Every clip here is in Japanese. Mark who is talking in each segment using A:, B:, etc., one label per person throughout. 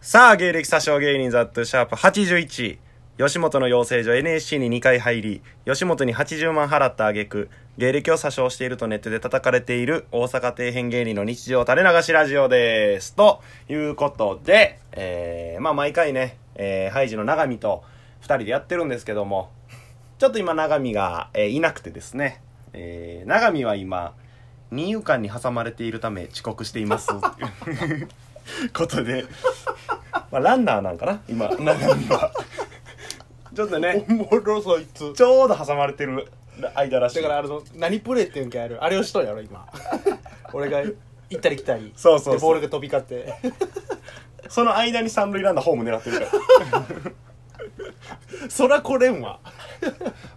A: さあ、芸歴詐称芸人ザットシャープ81。吉本の養成所 NSC に2回入り、吉本に80万払った挙句、芸歴を詐称しているとネットで叩かれている大阪底辺芸人の日常垂れ流しラジオです。ということで、えー、まあ毎回ね、えー、ハイジの長見と2人でやってるんですけども、ちょっと今長見が、えーいなくてですね、えー、長見は今、二遊間に挟まれているため遅刻しています。という ことで、まあ、ランナーなんかな今中身はちょっとね
B: おもろそいつ
A: ちょうど挟まれてる間らしい
B: だからあの何プレーっていうんかやるあれをしとんやろ 今俺が行ったり来たり
A: そうそうそう
B: でボールが飛び交って
A: その間に三塁ランナーホーム狙ってるから
B: そら来れんわ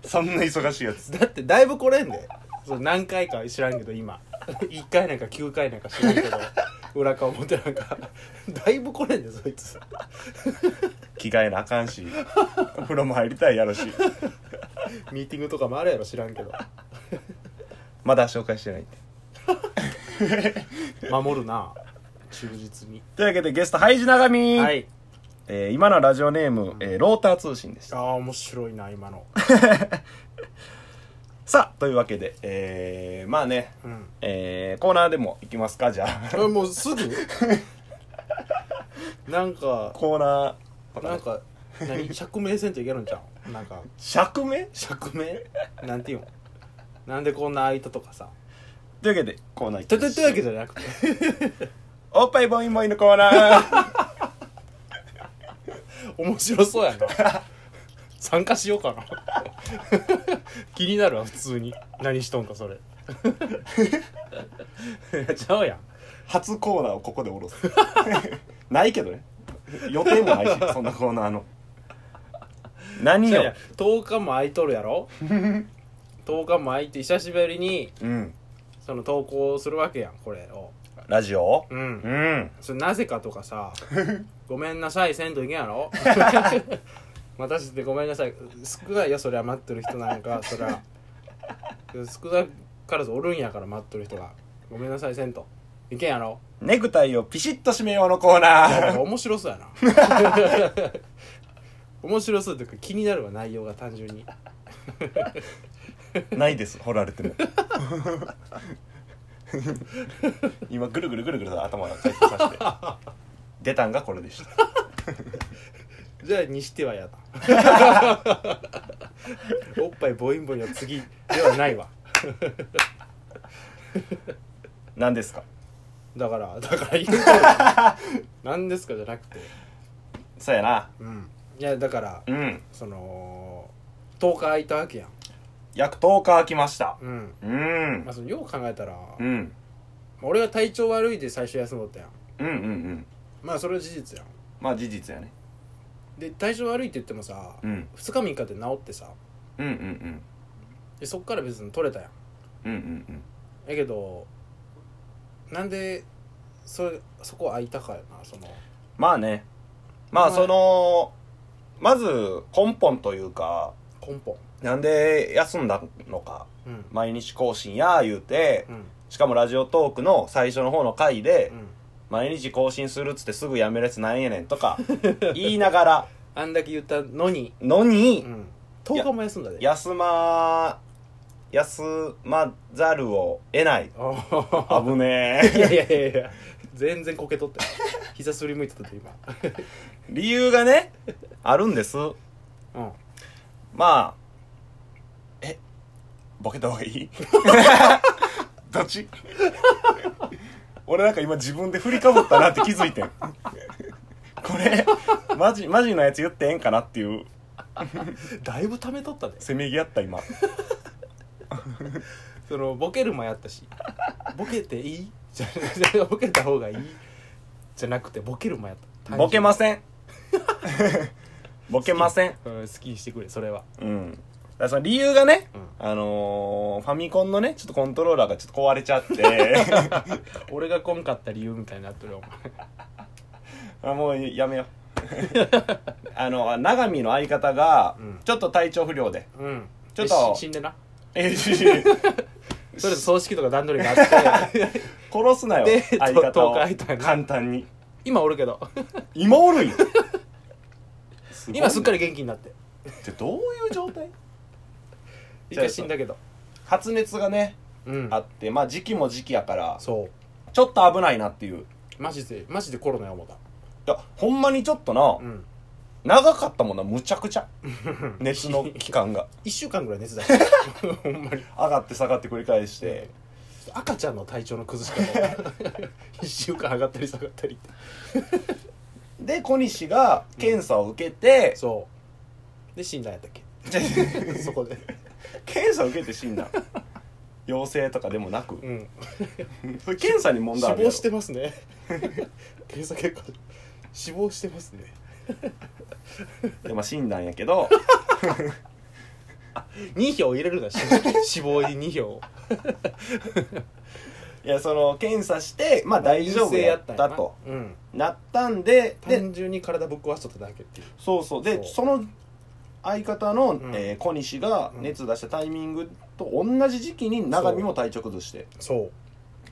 A: そんな忙しいやつ
B: だってだいぶ来れんでそう何回か知らんけど今1回なんか9回なんか知らんけ ど裏か表なんかだいぶ来れんでそいつ
A: 着替えなあかんしお風呂も入りたいやろし
B: ミーティングとかもあるやろ知らんけど
A: まだ紹介してないんで
B: 守るな忠実に
A: というわけでゲストハイジ長見、
B: はい
A: えー今のラジオネーム、えーローター通信でし
B: あ
A: た
B: あ面白いな今の
A: さあというわけでえー、まあね、
B: うん
A: えー、コーナーでも行きますかじゃあ
B: えもうすぐなんか
A: コーナー
B: なんか 何釈明せんといけるんじゃんなんか
A: 釈明
B: 釈明なんていうのなんでこんな空いたとかさ
A: というわけでコーナー行
B: と
A: きま
B: と
A: し
B: と
A: ょ
B: いううわけじゃなくて
A: おっぱいボインボインのコーナー
B: 面白そうやな参加しよう かな気になるわ普通に何しとんかそれ ちゃうやん
A: 初コーナーをここで下ろす ないけどね予定もない しそんなコーナーの何
B: ちゃう
A: よ
B: やん10日も空いとるやろ10日も空いて久しぶりに
A: うん
B: その投稿するわけやんこれを
A: ラジオ
B: うん
A: うん
B: それなぜかとかさごめんなさいせんといけんやろ待たせてごめんなさい少ないよそりゃ待ってる人なんかそりゃ少なからずおるんやから待ってる人がごめんなさいせんといけんやろ
A: ネクタイをピシッと締めようのコーナ ー
B: 面白そうやな面白そうというか気になるわ内容が単純に
A: ないです掘られ ても今ぐるぐるぐるぐると頭が回転させて出たんがこれでした
B: じゃあにしてはやだおっぱいボインボインは次ではないわ
A: 何ですか
B: だからだから言うと何ですかじゃなくて
A: そうやな
B: うんいやだから
A: うん
B: その10日空いたわけやん
A: 約10日空きました
B: うん、
A: う
B: まあ、
A: ん
B: そのよう考えたら、
A: う
B: まあ
A: ん
B: 俺が体調悪いで最初休んどったやん
A: うんうんうん
B: まあそれは事実やん
A: まあ事実やね
B: で体調悪いって言ってもさ、
A: うん
B: 2日3日で治ってさ
A: うんうんうん
B: でそっから別に取れたや
A: う
B: ん
A: んうんうん
B: やけどなんでそれそこ空いたかよなその
A: まあねまあ
B: まあ
A: そのまず根本というか
B: 根本
A: なんで休んだのか
B: うん
A: 毎日更新や言うて
B: うん
A: しかもラジオトークの最初の方の回で
B: うん
A: 毎日更新するっつってすぐやめるやつなんやねんとか言いながら
B: あんだけ言ったのに、
A: の
B: う
A: に
B: ん、10日も休んだで
A: 休ま休まざるを得ない
B: あ
A: 危ね
B: い
A: え
B: やいやいやいや全然こけとったよ膝すりむいてたで今
A: 理由がねあるんです
B: うん
A: まあえボケた方がいい どっち俺なんか今自分で振りかぶったなって気づいてんこれマジマジのやつ言ってええんかなっていう
B: だいぶ貯めとったで
A: せめぎ合った今
B: そのボケるもやったしボケていいじゃじゃボケた方がいいじゃなくてボケるもやった
A: ボケますせんボケません、
B: うん、好きにしてくれそれは
A: うん、だからその理由がね
B: うん
A: あのーファミコンのねちょっとコントローラーがちょっと壊れちゃって
B: 俺がこんかった理由みたいになってるよお前
A: あもうやめよう あの永見の相方が
B: うん
A: ちょっと体調不良で
B: うん
A: ちょっと
B: でし死んでな
A: えし
B: それで葬式とか段取りがあって
A: 殺すなよ
B: で
A: 相
B: と
A: 方を
B: と書いたね
A: 簡単に
B: 今おるけど
A: 今おるんやすごいね
B: 今すっかり元気になって
A: ってどういう状態
B: 一回死んだけど
A: 発熱がね
B: うん
A: あってまあ時期も時期やから
B: そう
A: ちょっと危ないなっていうい
B: マジでマジでコロナや思った
A: やほんまにちょっとな、
B: うん
A: 長かったもんなむちゃくちゃ熱の期間が
B: 1週間ぐらい熱出して ほんまに
A: 上がって下がって繰り返して、
B: 赤ちゃんの体調の崩し方 1週間上がったり下がったりって
A: で小西が検査を受けて、
B: そうで死んだんやったっけ そこで
A: 検査を受けて死んだ陽性とかでもなく、
B: うん
A: それ検査に問題
B: 死
A: あるや
B: 亡
A: ろ
B: してますね 検査結果死亡してますね
A: で、まあ、死んだんやけ ど
B: 2票入れるな死亡死亡に2票
A: いやその検査してまあ大丈夫やったと
B: 陰性やったんやなうん
A: なったんでで
B: 単純に体ぶっ壊しとっただけっていう
A: そうそうで
B: そう
A: その相方の、
B: ん
A: えー小西が
B: うん
A: 熱出したタイミングと同じ時期に長見も体調崩して
B: そう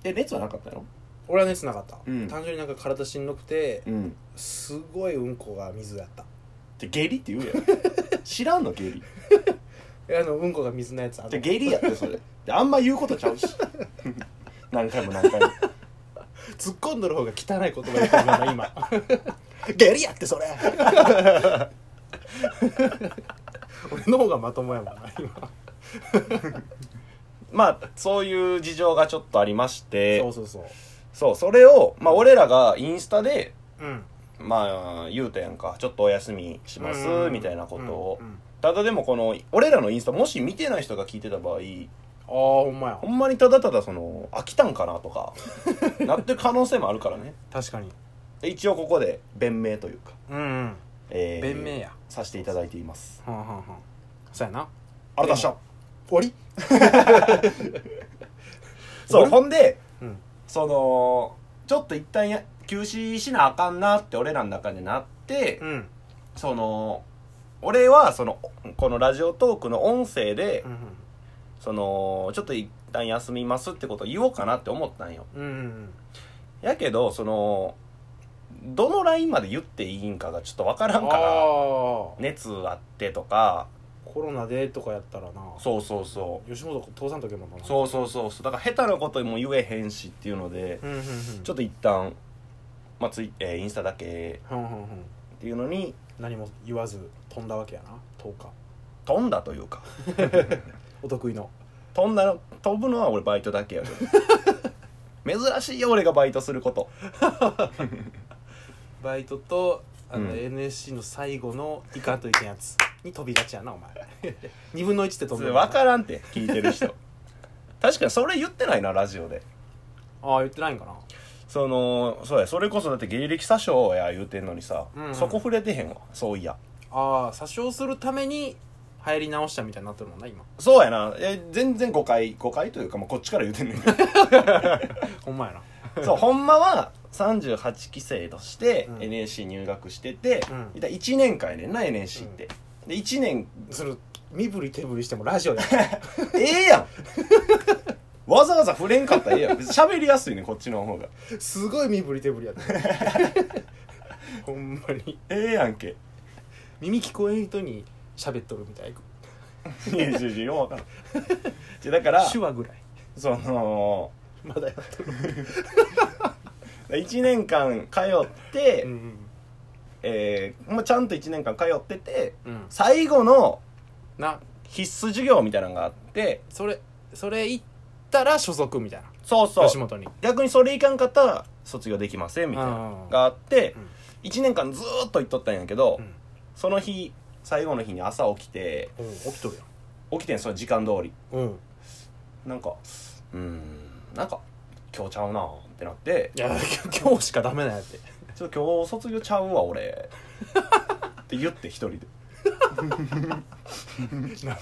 A: で熱はなかったの
B: 俺は熱なかった、
A: うん
B: 単純になんか体しんどくて
A: うん
B: すごいうんこが水やった
A: で下痢って言う やん知らんの下痢
B: えあのうんこが水のやつあの
A: で下痢やってそれであんま言うことちゃう し何回も何回も
B: 突っ込んどる方が汚い言葉やったま だ今下痢やってそれ 俺の方がまともやもんな今
A: まあそういう事情がちょっとありまして
B: そうそうそう
A: そうそれをまあ俺らがインスタで
B: うん
A: まあ言うたやんかちょっとお休みします
B: うん
A: みたいなことを
B: うんうん
A: ただでもこの俺らのインスタもし見てない人が聞いてた場合
B: ああほんまや
A: ほんまにただただその飽きたんかなと かなってる可能性もあるからね
B: 確かに
A: で一応ここで弁明というか、
B: うん、うん、
A: えー
B: 弁明や
A: させていただいています
B: はんはんはんそうやな
A: ありがとうございました
B: 終わり
A: そう
B: 俺
A: ほんで、
B: うん
A: そのちょっと一旦や休止しなあかんなって俺らの中でなって、
B: うん
A: その俺はそのこのラジオトークの音声で、
B: うん
A: そのちょっと一旦休みますってことを言おうかなって思ったんよ
B: うんうん
A: やけどそのどのラインまで言っていいんかがちょっとわから
B: あ
A: んから
B: あ
A: 熱あってとか
B: コロナでとかやったらな
A: そうそうそう
B: 吉本通さんとけもな
A: そうそうそうそうだから下手なことも言えへんしっていうので、
B: うんうんうん
A: ちょっと一旦まあツイ、えーインスタだけ
B: ふんふんふん
A: っていうのに
B: 何も言わず飛んだわけやな10日
A: 飛んだというか
B: お得意の
A: 飛んだの飛ぶのは俺バイトだけやけど 珍しいよ俺がバイトすること
B: バイトとあの、
A: うん
B: NSC の最後のいかんといけんやつに飛びがちやなお 前二分の一って飛
A: そ
B: ん
A: れ
B: で
A: 分からんって聞いてる人確かにそれ言ってないなラジオで
B: ああ言ってないんかな
A: そのそうやそれこそだって芸歴詐称や言うてんのにさ、
B: うんうん
A: そこ触れてへんわそういや
B: ああ詐称するために流行り直したみたいになってるもんな今
A: そうやなえ全然誤解誤解というか、まあ、こっちから言うてんねんけ
B: ほんまやな
A: どそうほんまは38期生として
B: うん
A: NSC 入学してて、
B: うん
A: だ1年間やねんな NSC って、で1年
B: その身振り手振りしてもラジオや
A: ええやんわざわざ触れんかったらええやん別に喋りやすいねこっちの方が
B: すごい身振り手振りやった ほんまに
A: ええやんけ
B: 耳聞こえん人に喋っとるみたい
A: いやいやいやようわからんじゃだから
B: 手話ぐらい
A: その
B: まだやっとる
A: 1年間通って、
B: ん
A: えーまあ、ちゃんと1年間通ってて
B: うん
A: 最後の
B: な
A: 必須授業みたいなのがあって
B: それそれ行ったら所属みたいな
A: そうそう
B: 吉本に
A: 逆にそれいかんかったら卒業できませんみたいなのがあって
B: うん
A: 1年間ずーっと行っとったんやけど、
B: うん
A: その日最後の日に朝起きて
B: うん起きとるやん
A: 起きてんその時間通り
B: うん
A: なんかうーんなんか今日ちゃうなってなって
B: いや 今日しかダメなんやって
A: ちょっと今日卒業ちゃうわ俺って言って一人で
B: なん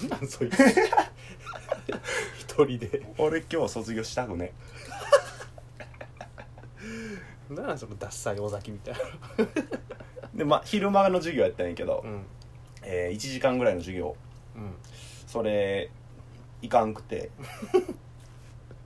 B: なんそいつ 一人で
A: 俺今日卒業したくね
B: なんなんそのダッサい尾崎みたいな
A: でまあ昼間の授業やったんやけど、
B: ん
A: えー、1時間ぐらいの授業
B: うん
A: それいかんくて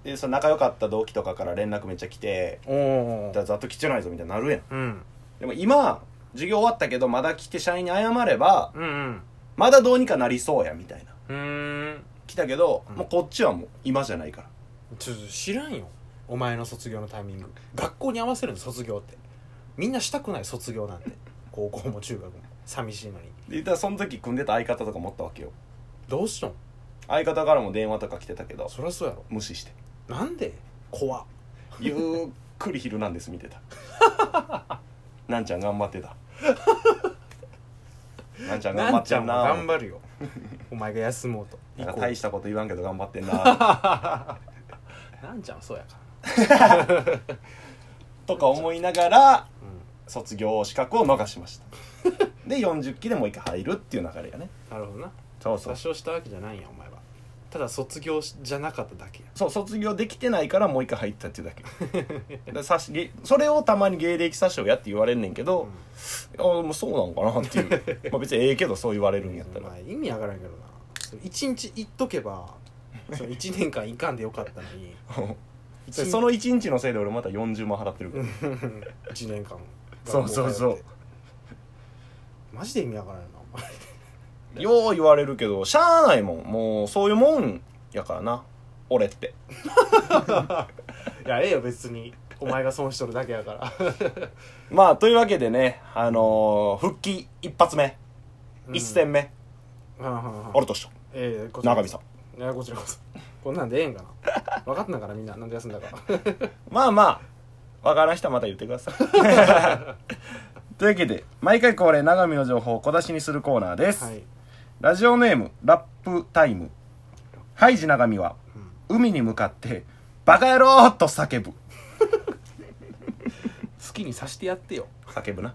A: でその仲良かった同期とかから連絡めっちゃ来て
B: お
A: 「
B: お
A: だざっと来てないぞ」みたいになるやん
B: うん
A: でも今授業終わったけどまだ来て社員に謝れば
B: うんうん
A: まだどうにかなりそうやみたいな
B: うーん
A: 来たけど、
B: うん
A: もうこっちはもう今じゃないから
B: ちょっと知らんよお前の卒業のタイミング学校に合わせるの卒業ってみんなしたくない卒業なんて高校も中学も寂しいのに
A: で言ったらその時組んでた相方とか持ったわけよ
B: どうしよん
A: 相方からも電話とか来てたけど
B: そりゃそうやろ
A: 無視して
B: なんで怖っ
A: ゆっくり「ヒルナンデス」見てた なんちゃん頑張ってたなんちゃん頑張
B: な
A: っ
B: んち
A: て
B: ゃん
A: ん
B: も
A: な
B: 頑張るよお前が休もうと
A: なんか
B: 行こう
A: 大したこと言わんけど頑張ってんな
B: なんちゃんはそうやから
A: とか思いながら
B: うん
A: 卒業資格を逃しましたで40期でもう一回入るっていう流れやね
B: なるほどな
A: そうそ
B: 多
A: う
B: 少したわけじゃないんやお前はただ卒業しじゃなかっただけや
A: そう卒業できてないからもう一回入ったっていうだけでさしげそれをたまに芸歴詐称やって言われんねんけど、あもうそうなのかなって いうまあ別にええけどそう言われるんやったら、
B: まあ意味わからんけどなその一日行っとけ ばその一年間行かんでよかったのに 一
A: その1日のせいで俺また40万払ってるから、
B: 1年間
A: そうそうそう
B: マジで意味わからんなお前
A: よう言われるけどしゃあないもんもうそういうもんやからな俺って
B: いやええよ別にお前が損しとるだけ やから
A: まあというわけでねあのー復帰一発目、一戦目
B: うんうんうん
A: 俺とし
B: ええこち
A: と
B: ら
A: 永
B: こ
A: 見
B: そ
A: さん
B: いやこちらこそこんなんでええんかな分かってんだからみんななんで休ん だか
A: まあまあわからん人はまた言ってください というわけで毎回恒例永見の情報を小出しにするコーナーです、
B: はい
A: ラジオネームラップタイムハイジ永見は海に向かってバカ野郎と叫ぶ
B: 好きにさしてやってよ
A: 叫ぶな